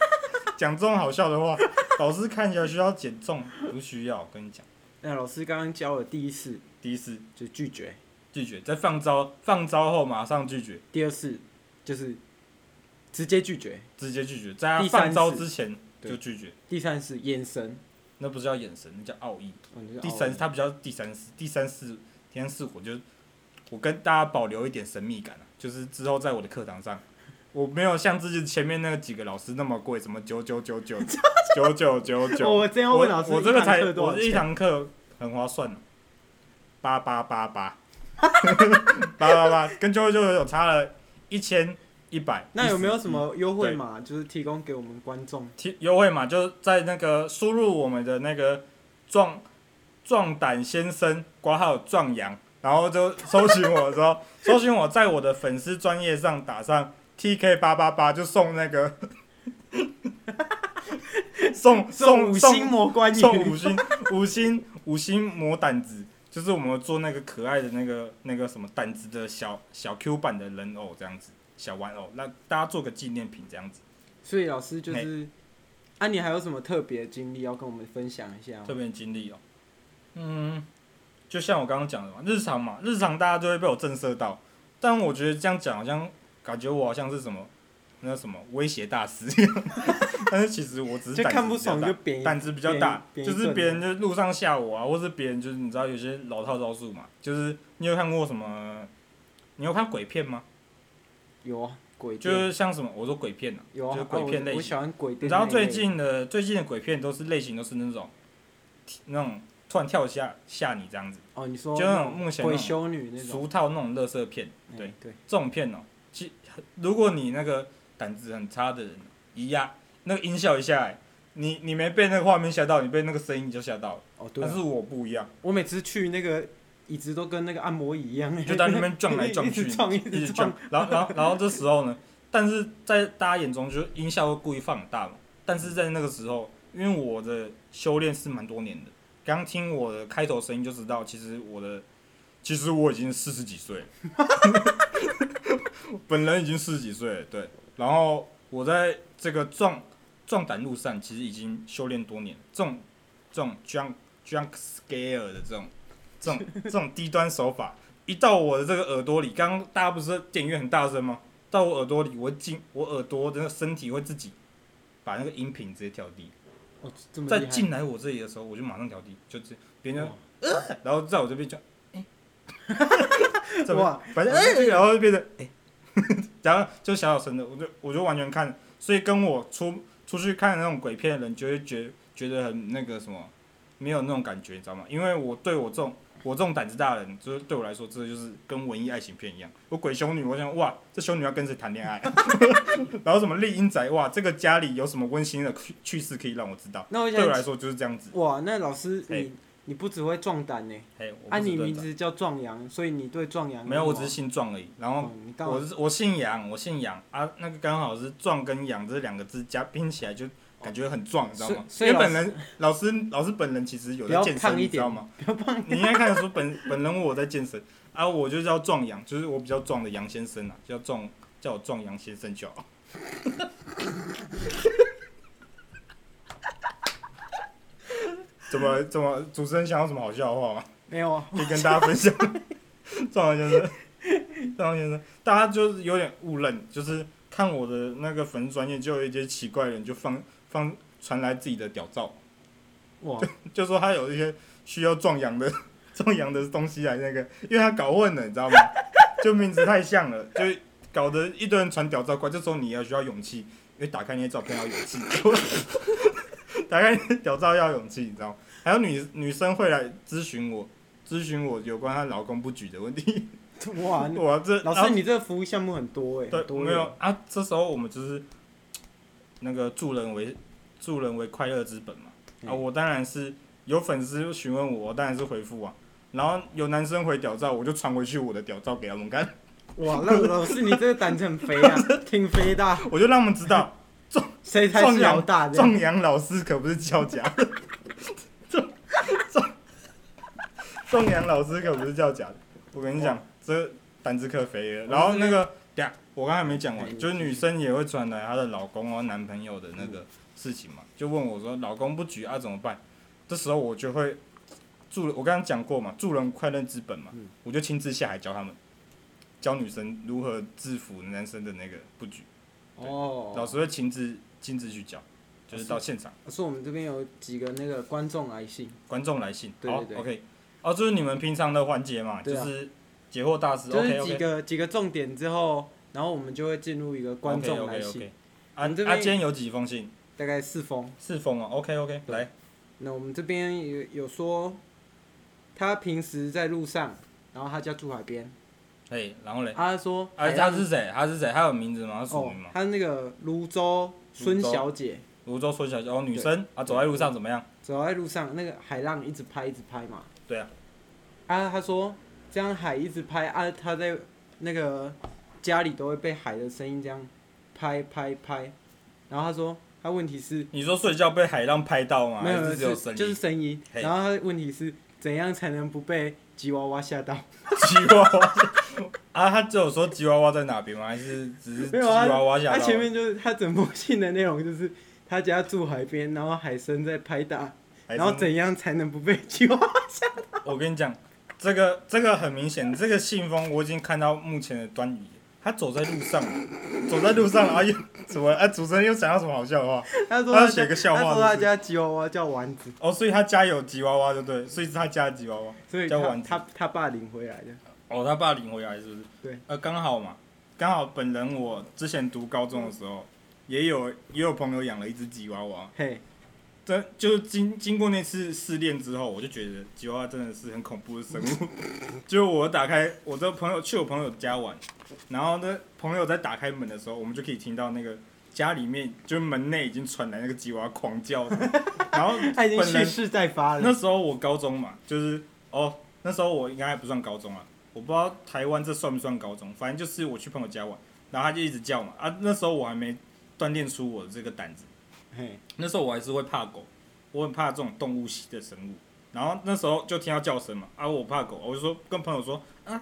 Speaker 2: 讲这种好笑的话，老师看起来需要减重，不需要。我跟你讲，
Speaker 1: 那老师刚刚教了第一次
Speaker 2: 第一次
Speaker 1: 就拒绝，
Speaker 2: 拒绝，在放招放招后马上拒绝，
Speaker 1: 第二次就是直接拒绝，
Speaker 2: 直接拒绝，在他
Speaker 1: 第三
Speaker 2: 放招
Speaker 1: 次
Speaker 2: 之前
Speaker 1: 对
Speaker 2: 就拒绝，
Speaker 1: 第三次眼神，
Speaker 2: 那不是叫眼神，那叫奥义。
Speaker 1: 哦你就
Speaker 2: 第
Speaker 1: 哦
Speaker 2: 三，他比较第三次，第三次，第三次我就我跟大家保留一点神秘感啊，就是之后在我的课堂上，我没有像之前前面那几个老师那么贵，什么九九九九九九九
Speaker 1: 哦 (laughs)
Speaker 2: 九，
Speaker 1: 我真要
Speaker 2: 我
Speaker 1: 问老师，
Speaker 2: 我这个
Speaker 1: 一堂
Speaker 2: 才
Speaker 1: 课多
Speaker 2: 我
Speaker 1: 少
Speaker 2: 这一
Speaker 1: 钱？
Speaker 2: 堂课很划算啊八八
Speaker 1: (laughs)
Speaker 2: 八八，八八八，跟九九九九差了一千一百，
Speaker 1: 那有没有什
Speaker 2: 么？
Speaker 1: 么优惠
Speaker 2: 对
Speaker 1: 码，就是提供给我们观众？
Speaker 2: 提优惠码，就在那个输入我们的那个壮壮胆先生挂号壮阳，然后就搜寻我的时候，搜寻我在我的粉丝专业上打上 TK 八八八，就送
Speaker 1: (laughs)
Speaker 2: 那个送
Speaker 1: 送
Speaker 2: 送
Speaker 1: 五
Speaker 2: 送
Speaker 1: 星魔关
Speaker 2: 送
Speaker 1: 羽，
Speaker 2: 五星五星五星磨胆子，就是我们做那个可爱的那个那个什么胆子的小小 Q 版的人偶这样子，小玩偶，让大家做个纪念品这样子。
Speaker 1: 所以老师就是，啊，你还有什么特别的经历要跟我们分享一下吗？
Speaker 2: 特别的经历哦。嗯，就像我刚刚讲的嘛，日常嘛，日常大家都会被我震慑到，但我觉得这样讲好像感觉我好像是什么那什么威胁大师 (laughs) 一样，但是其实我只是
Speaker 1: 就
Speaker 2: 胆
Speaker 1: 看
Speaker 2: 子
Speaker 1: 不
Speaker 2: 比较
Speaker 1: 爽
Speaker 2: 大
Speaker 1: 就扁一，
Speaker 2: 胆子比较大，
Speaker 1: 扁一
Speaker 2: 就
Speaker 1: 扁
Speaker 2: 是
Speaker 1: 一顿
Speaker 2: 别人就路上吓我啊，或是别人就是你知道有些老套招数嘛，就是你有看过什么？你有看鬼片吗？
Speaker 1: 有啊，鬼
Speaker 2: 就
Speaker 1: 店
Speaker 2: 是像什么，我说鬼片啊，
Speaker 1: 有啊，
Speaker 2: 就是
Speaker 1: 啊
Speaker 2: 鬼片
Speaker 1: 我
Speaker 2: 类型
Speaker 1: 我喜欢鬼
Speaker 2: 你
Speaker 1: 店
Speaker 2: 知
Speaker 1: 那一
Speaker 2: 道
Speaker 1: 类的。
Speaker 2: 最近的最近的鬼片都是类型都是那种，那种突然跳下吓你这样子，
Speaker 1: 哦，你说
Speaker 2: 就那种目前那
Speaker 1: 鬼
Speaker 2: 种
Speaker 1: 修女那种，
Speaker 2: 俗套那种乐色片。
Speaker 1: 哎
Speaker 2: 对，
Speaker 1: 对，
Speaker 2: 这种片哦、其如果你那个胆子很差的人，一压那个音效一下来，你你没被那个画面吓到，你被那个声音就吓到了。
Speaker 1: 哦对
Speaker 2: 但
Speaker 1: 啊，
Speaker 2: 是我不一样，
Speaker 1: 我每次去那个椅子都跟那个按摩椅一样，
Speaker 2: 就在那边撞来撞
Speaker 1: (laughs) 一
Speaker 2: 去，
Speaker 1: 直撞一直
Speaker 2: 一直
Speaker 1: 撞
Speaker 2: 撞。然后然后然后这时候呢，但是在大家眼中就是音效会故意放很大嘛。但是在那个时候，因为我的修炼是蛮多年的，刚听我的开头声音就知道，其实我的其实我已经四十几岁了， (laughs) 本人已经四十几岁了，对。然后我在这个壮壮胆路上，其实已经修炼多年，这种这种这样 junk scare 的这种这种这种低端手法，一到我的这个耳朵里，刚刚大家不是电影院很大声吗？到我耳朵里，我进我耳朵的身体会自己把那个音频直接调低，
Speaker 1: 哦，这么
Speaker 2: 再
Speaker 1: 厉害
Speaker 2: 进来我这里的时候，我就马上调低，就这别人
Speaker 1: 哇
Speaker 2: 就呃，然后在我这边就
Speaker 1: (laughs)
Speaker 2: 哎，怎么
Speaker 1: 哇，
Speaker 2: 反正哎，然后就变成哎，然后就小小声的，我就我就完全看，所以跟我出出去看那种鬼片的人，就会觉觉得很那个什么，没有那种感觉，你知道吗？因为我对我这种我这种胆子大的人，就是对我来说，这就是跟文艺爱情片一样。我鬼修女，我想哇，这修女要跟谁谈恋爱？ (laughs) 然后什么丽英仔，哇，这个家里有什么温馨的趣趣事可以让我知道？
Speaker 1: 那我
Speaker 2: 对我来
Speaker 1: 想
Speaker 2: 说就是这样子。
Speaker 1: 哇，那老师
Speaker 2: 哎
Speaker 1: 你你不只会壮胆呢，
Speaker 2: 哎，我不
Speaker 1: 啊，
Speaker 2: 是
Speaker 1: 你
Speaker 2: 对
Speaker 1: 名
Speaker 2: 的
Speaker 1: 字叫壮阳，所以你对壮阳
Speaker 2: 没有，我只是
Speaker 1: 是
Speaker 2: 姓壮而已。然后
Speaker 1: 哦你刚好
Speaker 2: 我是我姓杨，我姓杨啊，那个刚好是壮跟杨这两个字加拼起来就感觉很壮，你知道吗？
Speaker 1: 哦所
Speaker 2: 因
Speaker 1: 以
Speaker 2: 为
Speaker 1: 所以
Speaker 2: 本人老师老师本人其实有
Speaker 1: 不
Speaker 2: 在
Speaker 1: 要
Speaker 2: 健
Speaker 1: 胖
Speaker 2: 身，
Speaker 1: 一
Speaker 2: 你知道
Speaker 1: 点
Speaker 2: 吗？你应该看得出本本人我在健身啊，我就叫壮阳，就是我比较壮的杨先生啊，叫壮叫我壮阳先生就好。 (laughs) 怎么怎么主持人想要什么好笑的话吗？
Speaker 1: 没有
Speaker 2: (laughs)
Speaker 1: 啊，
Speaker 2: 可以跟大家分享。壮阳先生，壮阳先生，大家就是有点误认，就是看我的那个粉丝专业，就有一些奇怪的人就放放传来自己的屌照。
Speaker 1: 哇，
Speaker 2: 就说他有一些需要壮阳的 (laughs) 壮阳的东西来那个，因为他搞混了，你知道吗？ (laughs) 就名字太像了，就搞得一堆人传屌照过来，就说你要需要勇气，因为打开那些照片要勇气， (laughs) 打开那些屌照要勇气，你知道吗？还有女女生会来咨询我，咨询我有关她老公不举的问题。
Speaker 1: 哇，
Speaker 2: 哇，这
Speaker 1: 老
Speaker 2: (laughs) 然后
Speaker 1: 师你这个服务项目很多哎，很
Speaker 2: 对，
Speaker 1: 多
Speaker 2: 没
Speaker 1: 耶
Speaker 2: 有啊。这时候我们就是那个助人为助人为快乐之本嘛。啊，
Speaker 1: 嗯
Speaker 2: 我当然是有粉丝询问我，我当然是回复啊。然后有男生回屌照，我就传回去我的屌照给他们看， (laughs)
Speaker 1: 哇，那老师你这个胆子很肥啊，挺肥的啊，
Speaker 2: 我就让他们知道
Speaker 1: 谁才
Speaker 2: 壮
Speaker 1: 是
Speaker 2: 阳
Speaker 1: 老大的？
Speaker 2: 壮阳老师可不是叫假的， (laughs) 壮壮壮阳老师可不是叫假的。我跟
Speaker 1: 哦
Speaker 2: 你讲，这胆子可肥了。然后那个，对啊，我刚才没讲
Speaker 1: 哎
Speaker 2: 完，就是女生也会传来她的老公哦、男朋友的那
Speaker 1: 嗯
Speaker 2: 个事情嘛，就问我说，老公不举啊怎么办？这时候我就会助，我刚刚讲过嘛，助人快乐之本嘛
Speaker 1: 嗯，
Speaker 2: 我就亲自下海教他们，教女生如何制服男生的那个不举。
Speaker 1: 哦，
Speaker 2: 老师会亲自亲自去教，就是到现场
Speaker 1: 老师，我们这边有几个那个观众来信，
Speaker 2: 观众来信。
Speaker 1: 对
Speaker 2: 好
Speaker 1: 对对
Speaker 2: ，OK，哦，这是你们平常的环节嘛，
Speaker 1: 对
Speaker 2: 就
Speaker 1: 啊
Speaker 2: 是解惑大师。
Speaker 1: 就
Speaker 2: OK
Speaker 1: 是几
Speaker 2: OK
Speaker 1: 个几个重点之后，然后我们就会进入一个观众来
Speaker 2: OK
Speaker 1: 信，
Speaker 2: OK。啊，
Speaker 1: 我
Speaker 2: 啊，
Speaker 1: 们这边
Speaker 2: 今天有几封信？
Speaker 1: 大概四封。
Speaker 2: 四封哦。OK OK，
Speaker 1: 对
Speaker 2: 来，
Speaker 1: 那我们这边有有说，他平时在路上，然后他家住海边，
Speaker 2: 哎，然后嘞，
Speaker 1: 他说
Speaker 2: 啊，
Speaker 1: 海浪
Speaker 2: 他是谁？他是谁？他有名字吗？他署
Speaker 1: 哦
Speaker 2: 名吗，？
Speaker 1: 他那个泸州孙小姐
Speaker 2: 泸州说小姐，哦，女生啊，走在路上怎么样？
Speaker 1: 走在路上，那个海浪一直拍，一直拍嘛。
Speaker 2: 对啊。
Speaker 1: 啊，他说这样海一直拍啊，他在那个家里都会被海的声音这样拍拍拍，然后他说他问题是
Speaker 2: 你说睡觉被海浪拍到吗？
Speaker 1: 没
Speaker 2: 还
Speaker 1: 有，没
Speaker 2: 是
Speaker 1: 有
Speaker 2: 只
Speaker 1: 就
Speaker 2: 有声
Speaker 1: 是
Speaker 2: 音？
Speaker 1: 就是声音。
Speaker 2: 嘿
Speaker 1: 然后他的问题是怎样才能不被吉娃娃吓到？
Speaker 2: 吉娃娃。 (laughs) 啊，他只有说吉娃娃在哪边吗？还是只是吉
Speaker 1: 没有啊
Speaker 2: 娃娃吓
Speaker 1: 他
Speaker 2: 到？
Speaker 1: 前面就是他整部戏的内容就是他家住海边，然后海参在拍打，
Speaker 2: 还是
Speaker 1: 然后怎样才能不被吉娃娃？
Speaker 2: 我跟你讲，这个这个很明显，这个信封我已经看到目前的端倪了。他走在路上，走在路上，然后又怎么？哎、主持人又想到什么好笑的话？
Speaker 1: 他说
Speaker 2: 他
Speaker 1: 他
Speaker 2: 要
Speaker 1: 家
Speaker 2: 写个笑话
Speaker 1: 他
Speaker 2: 是
Speaker 1: 说
Speaker 2: 不
Speaker 1: 他
Speaker 2: 是
Speaker 1: 家吉娃娃叫丸子，
Speaker 2: 哦，所以他家有吉娃娃，就对，所以是他家的吉娃娃。
Speaker 1: 所以
Speaker 2: 叫
Speaker 1: 他
Speaker 2: 丸子
Speaker 1: 他他爸领回来的。
Speaker 2: 哦，他爸领回来是不是？
Speaker 1: 对。
Speaker 2: 呃，刚好嘛，刚好本人我之前读高中的时候，也有也有朋友养了一只吉娃娃。
Speaker 1: 嘿，
Speaker 2: 真就是经经过那次试炼之后，我就觉得吉娃娃真的是很恐怖的生物。 (laughs) 就我打开我的朋友去我朋友家玩，然后呢，朋友在打开门的时候，我们就可以听到那个家里面就门内已经传来那个吉娃娃狂叫声，然后
Speaker 1: 他已经
Speaker 2: 本
Speaker 1: 蓄
Speaker 2: 人
Speaker 1: 势待发
Speaker 2: 那
Speaker 1: 了。
Speaker 2: 时候我高中嘛，就是哦，那时候我应该还不算高中啊，我不知道台湾这算不算高中，反正就是我去朋友家玩，然后他就一直叫嘛啊，那时候我还没锻炼出我的这个胆子。
Speaker 1: 嘿，
Speaker 2: 那时候我还是会怕狗，我很怕这种动物系的生物。然后那时候就听到叫声嘛，啊，我怕狗，我就说跟朋友说，啊，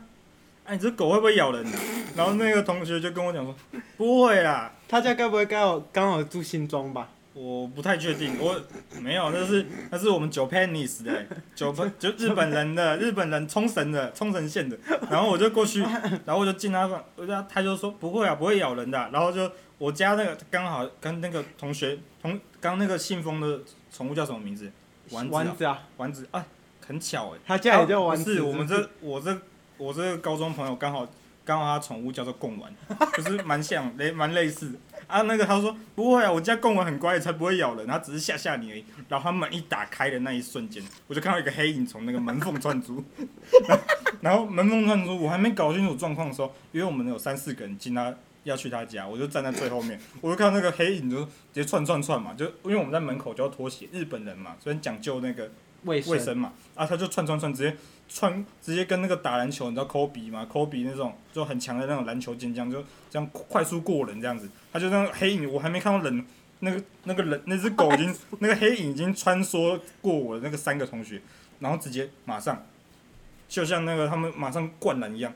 Speaker 2: 哎、你这狗会不会咬人啊？然后那个同学就跟我讲说，不会啦，
Speaker 1: 他家该不会刚好刚好住新庄吧？
Speaker 2: 我不太确定，我没有，那是那是我们 Japanese 的、九本就日本人的，日本人冲绳的，冲绳县的。然后我就过去，然后我就进他房，我就他就说不会啊，不会咬人的啊、然后就我家那个刚好跟那个同学同刚那个信封的宠物叫什么名字？丸子、
Speaker 1: 丸
Speaker 2: 啊，
Speaker 1: 子啊，
Speaker 2: 丸子啊，很巧哎、
Speaker 1: 他家也叫丸
Speaker 2: 哦不
Speaker 1: 子。
Speaker 2: 是我们
Speaker 1: 不是
Speaker 2: 这我这我这个高中朋友刚好刚好他宠物叫做贡丸，就是蛮像类蛮类似啊。那个他说不会啊，我家贡丸很乖，才不会咬人，它只是吓吓你而已。然后他门一打开的那一瞬间，我就看到一个黑影从那个门缝窜出，然后然后门缝窜出，我还没搞清楚状况的时候，因为我们有三四个人进他。要去他家，我就站在最后面，我就看到那个黑影就直接窜窜窜嘛，就因为我们在门口就要脱鞋，日本人嘛，所以很讲究那个
Speaker 3: 卫
Speaker 2: 卫
Speaker 3: 生
Speaker 2: 生嘛，啊，他就窜窜窜，直接窜，直接跟那个打篮球，你知道科比吗？科比那种就很强的那种篮球健将，就这样快速过人这样子，他就那种黑影，我还没看到人，那个那个人那只狗已经那个黑影已经穿梭过我的那个三个同学，然后直接马上，就像那个他们马上灌篮一样。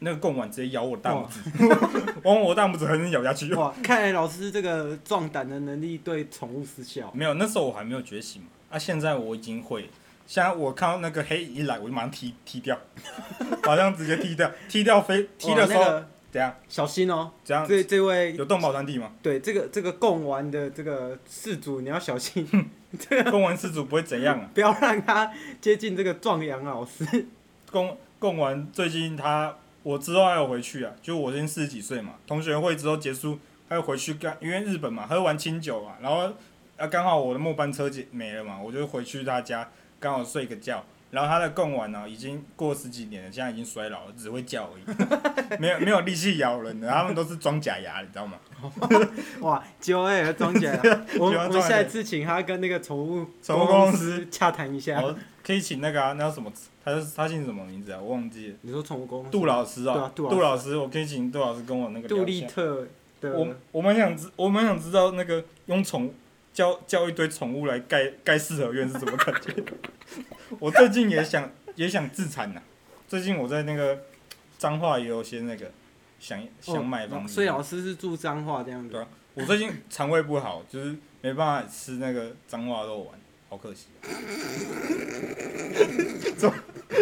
Speaker 2: 那个贡丸直接咬我大拇指， (laughs) 往我大拇指狠狠咬下去。
Speaker 1: 哇，看来老师这个壮胆的能力对宠物失效。
Speaker 2: 没有，那时候我还没有觉醒嘛。啊，现在我已经会。现在我看到那个黑影一来，我就马上踢踢掉， (laughs) 马上直接踢掉，踢掉飞踢的时候，
Speaker 1: 哇那个
Speaker 2: 怎样
Speaker 1: 小心哦，
Speaker 2: 怎样？
Speaker 1: 这这位
Speaker 2: 有动保团体吗？
Speaker 1: 对这个这个贡丸的这个事主，你要小心，
Speaker 2: 公文失主不会怎样啊？
Speaker 1: (laughs) 不要让他接近这个壮阳老
Speaker 2: (laughs)
Speaker 1: 师。
Speaker 2: 公公完最近他，我之后还有回去啊，就我今天四十几岁嘛，同学会之后结束，还有回去干，因为日本嘛，喝完清酒嘛，然后啊刚好我的末班车结没了嘛，我就回去他家，刚好睡个觉。然后他的贡丸呢，已经过十几年了，现在已经衰老了，只会叫而已， (laughs) 没有没有力气咬人的，他们都是装假牙，你知道吗？
Speaker 1: 哇，九二装起来
Speaker 2: (laughs)
Speaker 1: 了，我
Speaker 2: 九二
Speaker 1: 我
Speaker 2: 装
Speaker 1: 们
Speaker 2: 起来
Speaker 1: 下一次请他跟那个宠物
Speaker 2: 宠物
Speaker 1: 公
Speaker 2: 公司
Speaker 1: 洽谈一下。
Speaker 2: 我可以请那个啊，那叫什么，他是他姓什么名字啊？我忘记了，
Speaker 1: 你说宠物公司
Speaker 2: 杜老师
Speaker 1: 对
Speaker 2: 哦
Speaker 1: 啊，杜老师
Speaker 2: 杜老师，我可以请杜老师跟我那个
Speaker 1: 杜
Speaker 2: 聊一
Speaker 1: 立
Speaker 2: 下。
Speaker 1: 特
Speaker 2: 我
Speaker 1: 的，
Speaker 2: 我蛮想知，我蛮想知道那个用宠叫叫一堆宠物来盖盖四合院是什么感觉。 (laughs) 我最近也想也想自产呐、最近我在那个彰化也有些那个想想买
Speaker 1: 哦
Speaker 2: 房子、
Speaker 1: 所以老师是住彰化这样子
Speaker 2: 对。啊我最近肠胃不好，就是没办法吃那个脏话肉丸，好可惜、啊。 (laughs) 怎么？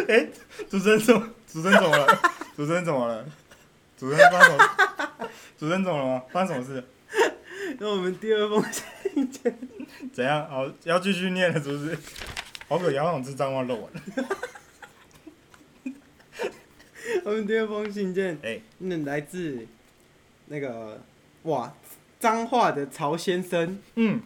Speaker 2: 哎、主持人怎么？主持人怎么了？主持人怎么了？主持人发生什么？主持人怎么了吗？发生什么事？
Speaker 1: 那我们第二封 (laughs) 信，
Speaker 2: 怎样？好，要继续念了是不是？ (laughs) 好可惜，好想吃脏话肉丸。
Speaker 1: 我们第二封信件，
Speaker 2: 哎
Speaker 1: 那来自那个哇彰化的曹先生，
Speaker 2: 嗯，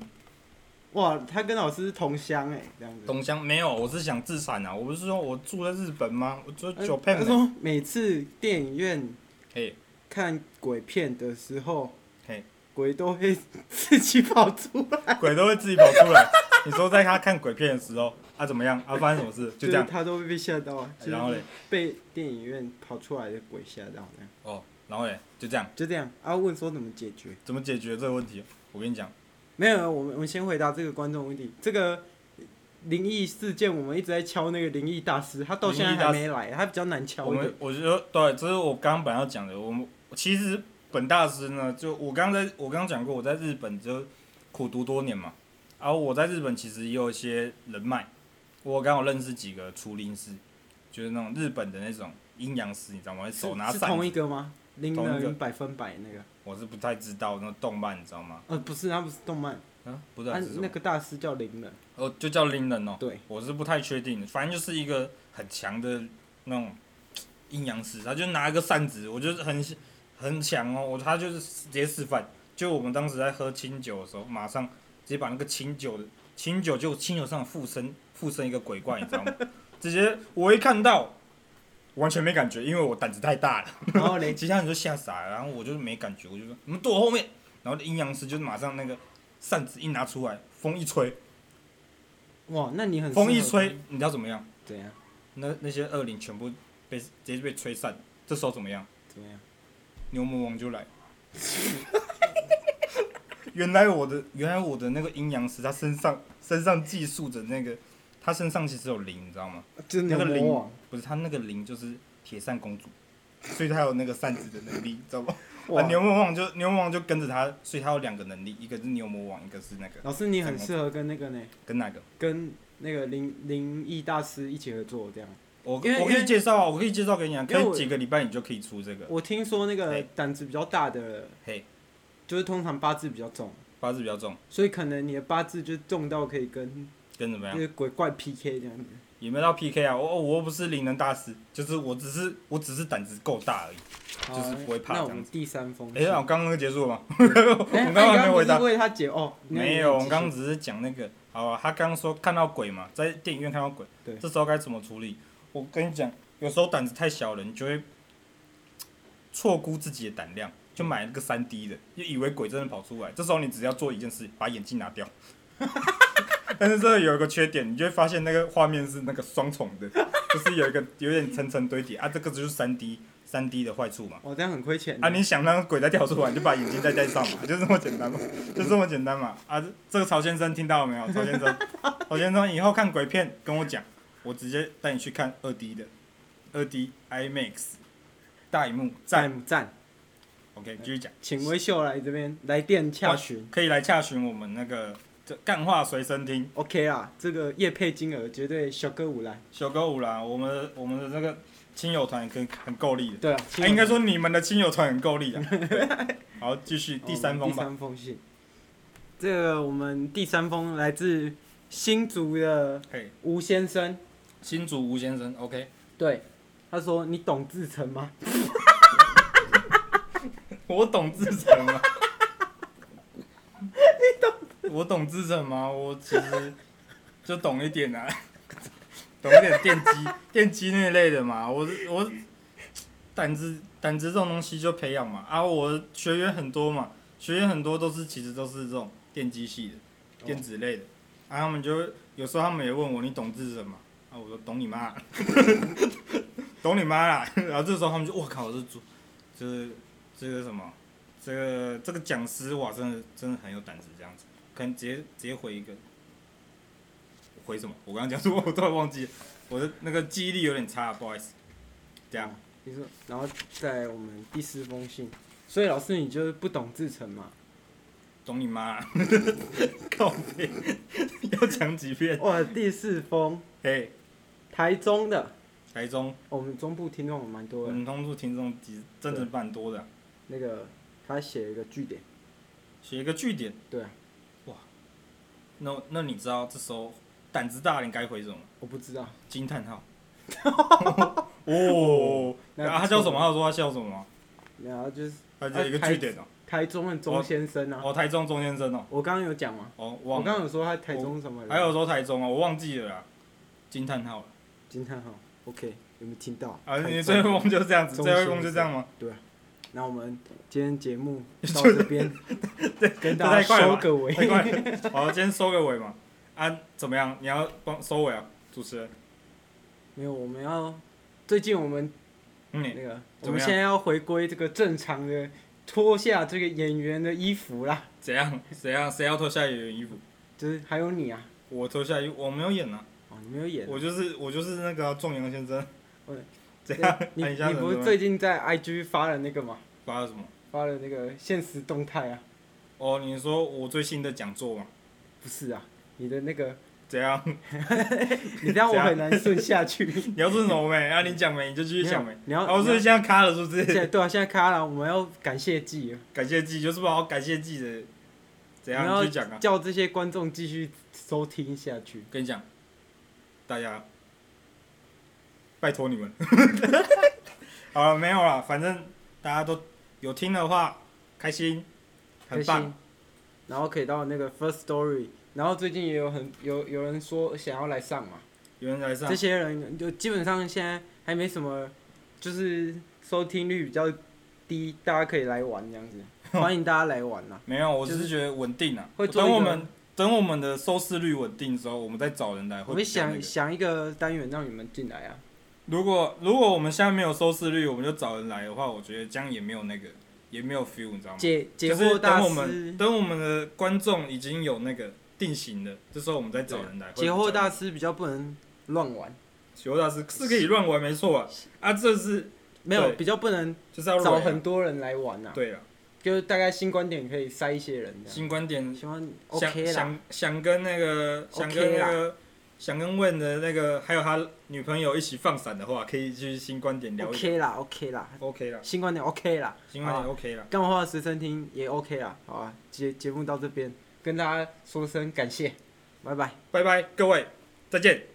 Speaker 1: 哇，他跟老师是同乡哎，这样子。
Speaker 2: 东乡没有，我是想自产啊。我不是说我住在日本吗？我住
Speaker 1: 哎
Speaker 2: 九片
Speaker 1: 他
Speaker 2: 呢。
Speaker 1: 说每次电影院
Speaker 2: 嘿，
Speaker 1: 看鬼片的时候
Speaker 2: 嘿，
Speaker 1: 鬼都会自己跑出来，
Speaker 2: 鬼都会自己跑出来。 (laughs) 你说在他看鬼片的时候啊，怎么样？啊，发生什么事？就这
Speaker 1: 是
Speaker 2: 样。
Speaker 1: 他都会被吓到啊，就是
Speaker 2: 然后嘞，
Speaker 1: 被电影院跑出来的鬼吓到这样，
Speaker 2: 哦，然后嘞，就这样，
Speaker 1: 就这样。啊，问说怎么解决？
Speaker 2: 怎么解决这个问题？我跟你讲，
Speaker 1: 没有，我们我们先回答这个观众问题。这个灵异事件，我们一直在敲那个灵异大师，他到现在还没来，他比较难敲
Speaker 2: 我
Speaker 1: 一点
Speaker 2: 们。我觉得对，这是我刚刚本来要讲的。我们其实本大师呢，就我刚在我刚刚讲过，我在日本就苦读多年嘛，然后我在日本其实也有一些人脉，我刚好认识几个除灵师，就是那种日本的那种阴阳师，你知道吗？手拿
Speaker 1: 是是
Speaker 2: 伞，
Speaker 1: 同一个吗？灵
Speaker 2: 同一个
Speaker 1: 能百分百那个？
Speaker 2: 我是不太知道那个动漫，你知道吗？
Speaker 1: 呃，不是，他不是动漫，
Speaker 2: 啊，不知道
Speaker 1: 他
Speaker 2: 是什么
Speaker 1: 那个大师叫灵能。
Speaker 2: 哦，就叫灵人哦。
Speaker 1: 对，
Speaker 2: 我是不太确定，反正就是一个很强的那种阴阳师，他就拿一个扇子，我就是很很强哦，我他就是直接示范。就我们当时在喝清酒的时候，马上直接把那个清酒的清酒就清酒上附身附身一个鬼怪，你知道吗？ (laughs) 直接我一看到完全没感觉，因为我胆子太大了。
Speaker 1: 然后嘞，
Speaker 2: 其他人就吓傻了，然后我就是没感觉，我就说你们躲我后面。然后阴阳师就马上那个扇子一拿出来，风一吹，
Speaker 1: 哇，那你很
Speaker 2: 风一
Speaker 1: 适合啊
Speaker 2: 吹，你知道怎么样？
Speaker 1: 怎样
Speaker 2: 那那些恶灵全部被直接被吹散，这时候怎么样？
Speaker 1: 怎么样？
Speaker 2: 牛魔王就来。 (laughs) 原来我的原来我的那个阴阳师，他身上身上寄宿着那个，他身上其实有灵，你知道吗？
Speaker 1: 就是
Speaker 2: 那个啊
Speaker 1: 牛
Speaker 2: 灵
Speaker 1: 魔王
Speaker 2: 不是他那个灵就是铁扇公主，所以他有那个扇子的能力，知道吗？啊牛魔王就牛魔王就跟着他，所以他有两个能力，一个是牛魔王，一个是那个
Speaker 1: 老师你很适合跟那个呢，
Speaker 2: 跟那个。
Speaker 1: 跟那个灵灵异大师一起合作这样。
Speaker 2: 我
Speaker 1: 因为
Speaker 2: 我可
Speaker 1: 因
Speaker 2: 以
Speaker 1: 为
Speaker 2: 介绍啊，我可以介绍给你啊，
Speaker 1: 因为
Speaker 2: 可以
Speaker 1: 我
Speaker 2: 几个礼拜你就可以出这个。
Speaker 1: 我听说那个
Speaker 2: 嘿
Speaker 1: 胆子比较大的，
Speaker 2: 嘿，
Speaker 1: 就是通常八字比较重，
Speaker 2: 八字比较重，
Speaker 1: 所以可能你的八字就重到可以跟
Speaker 2: 跟怎么
Speaker 1: 那
Speaker 2: 样？
Speaker 1: 个鬼怪 PK 这样子。
Speaker 2: 有没有到 PK 啊？我我又不是灵能大师，就是我只是我只是胆子够大而已。
Speaker 1: 好啊
Speaker 2: 就是不会怕
Speaker 1: 那
Speaker 2: 这
Speaker 1: 我
Speaker 2: 样
Speaker 1: 们第三封
Speaker 2: 哎、
Speaker 1: 信。
Speaker 2: 那我刚刚那个结束了吗？
Speaker 1: 哎
Speaker 2: 我
Speaker 1: 那
Speaker 2: 刚刚
Speaker 1: 你
Speaker 2: 还没
Speaker 1: 刚
Speaker 2: 回答
Speaker 1: 不是为他解哦？那你
Speaker 2: 没有，我
Speaker 1: 继
Speaker 2: 们
Speaker 1: 续
Speaker 2: 刚刚只是讲那个，好、啊，他刚刚说看到鬼嘛，在电影院看到鬼，
Speaker 1: 对
Speaker 2: 这时候该怎么处理？我跟你讲，有时候胆子太小了，你就会错估自己的胆量，就买那个三 D 的，就以为鬼真的跑出来。这时候你只要做一件事，把眼镜拿掉。 (laughs) 但是这个有一个缺点，你就会发现那个画面是那个双重的，就是有一个有点层层堆叠啊，这个就是三 D 三 D 的坏处嘛。
Speaker 1: 哦，这样很亏钱
Speaker 2: 啊，你想让鬼再跳出来，你就把眼睛再戴上嘛， (laughs) 就这么简单嘛，就这么简单嘛。啊，这这个曹先生听到了
Speaker 1: (laughs)
Speaker 2: 没有？曹先生，曹先生，以后看鬼片跟我讲，我直接带你去看二 D 的，二 D IMAX 大荧幕在
Speaker 1: 赞赞，
Speaker 2: OK，继续讲，
Speaker 1: 请微秀来这边来电洽询。
Speaker 2: 可以来洽询我们那个这干话随身听
Speaker 1: OK 啦，这个业配金额绝对小哥五来。
Speaker 2: 小歌舞啦，我们的我们的那个亲友团也可以很够力的。
Speaker 1: 对啊，
Speaker 2: 哎、应该说你们的亲友团很够力
Speaker 1: (laughs)
Speaker 2: 的。对好，继续第三
Speaker 1: 封
Speaker 2: 封
Speaker 1: 哦
Speaker 2: 吧。
Speaker 1: 第三封信，这个我们第三封来自新竹的
Speaker 2: 嘿，
Speaker 1: 吴先生，
Speaker 2: 新竹吴先生，OK。
Speaker 1: 对，他说你懂自成吗？
Speaker 2: 我懂自成吗？你懂？我懂自成吗？我其实就懂一点啊，懂一点电机、电机那类的嘛。我我胆子胆子这种东西就培养嘛。啊，我学员很多嘛，学员很多都是其实都是这种电机系的、电子类的。啊，他们就会有时候他们也问我，你懂自成吗？啊，我说懂你妈， (laughs) 懂你妈啦。 (laughs) 然后这时候他们就我靠，这主就是这个什么，这个这个讲师哇，真的真的很有胆子这样子，可能直接直接回一个，回什么？我刚刚讲什么？我突然忘记了，我的那个记忆力有点差，不好意思。这样，
Speaker 1: 你说，然后在我们第四封信，所以老师你就是不懂自成嘛？
Speaker 2: 懂你妈、 (laughs) 啊，靠背，要讲几遍？
Speaker 1: 哇，第四封
Speaker 2: 嘿，
Speaker 1: 台中的，哦
Speaker 2: 台中，
Speaker 1: 我们中部听众也蛮多
Speaker 2: 我
Speaker 1: 的，
Speaker 2: 们通处听众其实真的蛮多的啊、
Speaker 1: 那个他写一个据点，
Speaker 2: 写一个据点。
Speaker 1: 对啊，
Speaker 2: 哇，那那你知道这时候胆子大，你该回什么？
Speaker 1: 我不知道，
Speaker 2: 惊叹
Speaker 1: (laughs)
Speaker 2: 号。哦，然后他叫什么？他说他叫什么吗？
Speaker 1: 然后就是
Speaker 2: 他叫一个据点哦。
Speaker 1: 台中的钟先生啊，
Speaker 2: 哦，台中钟先生哦。
Speaker 1: 我刚刚有讲吗？
Speaker 2: 哦，
Speaker 1: 我
Speaker 2: 忘
Speaker 1: 刚
Speaker 2: 了。
Speaker 1: 刚有说他台中什么人？
Speaker 2: 还有说台中哦，我忘记了啦。惊叹号了。
Speaker 1: 惊叹号，OK，有没有听到？
Speaker 2: 啊，你
Speaker 1: 台中
Speaker 2: 最后一梦就是这样子，
Speaker 1: 钟
Speaker 2: 最
Speaker 1: 先
Speaker 2: 后
Speaker 1: 生
Speaker 2: 一梦就这样吗？
Speaker 1: 那我们今天节目到这
Speaker 2: (laughs)
Speaker 1: 边，跟大家
Speaker 2: 这太快了
Speaker 1: 收
Speaker 2: 吧
Speaker 1: 个尾。
Speaker 2: 太快了。好，今天收个尾嘛。啊，怎么样？你要帮收尾啊，主持人。
Speaker 1: 没有，我们要最近我们那
Speaker 2: 嗯，
Speaker 1: 个，
Speaker 2: 怎么样
Speaker 1: 我们现在要回归这个正常的，脱下这个演员的衣服啦，
Speaker 2: 怎样？谁要谁要脱下演员衣服？
Speaker 1: 就是还有你啊，
Speaker 2: 我脱下衣，我没有演啊，
Speaker 1: 哦，你没有演，
Speaker 2: 我就是我就是那个啊仲阳先生
Speaker 1: 喂。
Speaker 2: 怎样？
Speaker 1: 你
Speaker 2: 按一下
Speaker 1: 你
Speaker 2: 怎
Speaker 1: 不
Speaker 2: 么
Speaker 1: 是最近在 IG 发了那个吗？
Speaker 2: 发了什么？
Speaker 1: 发了那个现实动态啊？
Speaker 2: 哦，你说我最新的讲座嘛？
Speaker 1: 不是啊，你的那个，
Speaker 2: 怎样？
Speaker 1: 你这样
Speaker 2: 怎
Speaker 1: 我
Speaker 2: 样
Speaker 1: 很难顺下
Speaker 2: (laughs)
Speaker 1: 去。
Speaker 2: 你要顺什么没？啊，你讲没？你就继续讲没？
Speaker 1: 你要，
Speaker 2: 哦，
Speaker 1: 你
Speaker 2: 所以
Speaker 1: 要
Speaker 2: 现在卡了是不
Speaker 1: 现
Speaker 2: 是？
Speaker 1: 在对啊，现在卡了，我们要感谢季了。
Speaker 2: 感谢季，就是不好感谢季的，怎
Speaker 1: 你
Speaker 2: 样
Speaker 1: 要
Speaker 2: 你就讲啊？
Speaker 1: 叫这些观众继续收听下去。
Speaker 2: 跟你讲，大家拜托你们。 (laughs) 好了，没有了，反正大家都有听的话，开心，很
Speaker 1: 开
Speaker 2: 棒
Speaker 1: 心。然后可以到那个 First Story，然后最近也有很有有人说想要来上嘛，
Speaker 2: 有人来上
Speaker 1: 这，些人就基本上现在还没什么，就是收听率比较低，大家可以来玩这样
Speaker 2: (laughs)
Speaker 1: 子，欢迎大家来玩啊呐。
Speaker 2: 没有，我只
Speaker 1: 就是
Speaker 2: 是觉得稳定啊。
Speaker 1: 会做一
Speaker 2: 等
Speaker 1: 个
Speaker 2: 我们等我们的收视率稳定之后，我们再找人来。
Speaker 1: 我
Speaker 2: 会
Speaker 1: 们
Speaker 2: 比较那
Speaker 1: 想
Speaker 2: 个
Speaker 1: 想一个单元让你们进来啊，
Speaker 2: 如果如果我们现在没有收视率，我们就找人来的话，我觉得这样也没有那个，也没有 feel，你知道吗？
Speaker 1: 解解
Speaker 2: 哦就是
Speaker 1: 惑大
Speaker 2: 等我
Speaker 1: 师
Speaker 2: 们，等我们的观众已经有那个定型了，这时候我们再找人来。
Speaker 1: 解惑大
Speaker 2: 师，
Speaker 1: 师比较不能乱玩，
Speaker 2: 解惑大师是可以乱玩没错啊，啊，这是
Speaker 1: 没有
Speaker 2: 对
Speaker 1: 比较不能
Speaker 2: 就是要
Speaker 1: 找
Speaker 2: 蕊啊
Speaker 1: 很多人来玩啊，
Speaker 2: 对了，
Speaker 1: 就是大概新观点可以塞一些人这样。
Speaker 2: 新观点
Speaker 1: 喜欢
Speaker 2: 想
Speaker 1: OK 啦，
Speaker 2: 想想跟那个
Speaker 1: OK
Speaker 2: 想跟那个想跟问的那个还有他女朋友一起放闪的话，可以去新观点聊一聊。
Speaker 1: OK 啦，OK 啦，
Speaker 2: OK 了，
Speaker 1: 新观点 OK 啦，
Speaker 2: 新观点
Speaker 1: 好
Speaker 2: OK 了，
Speaker 1: 干话随身听也 OK 啦，好啊，节节目到这边，跟大家说声感谢，拜拜。
Speaker 2: 拜拜各位，再见。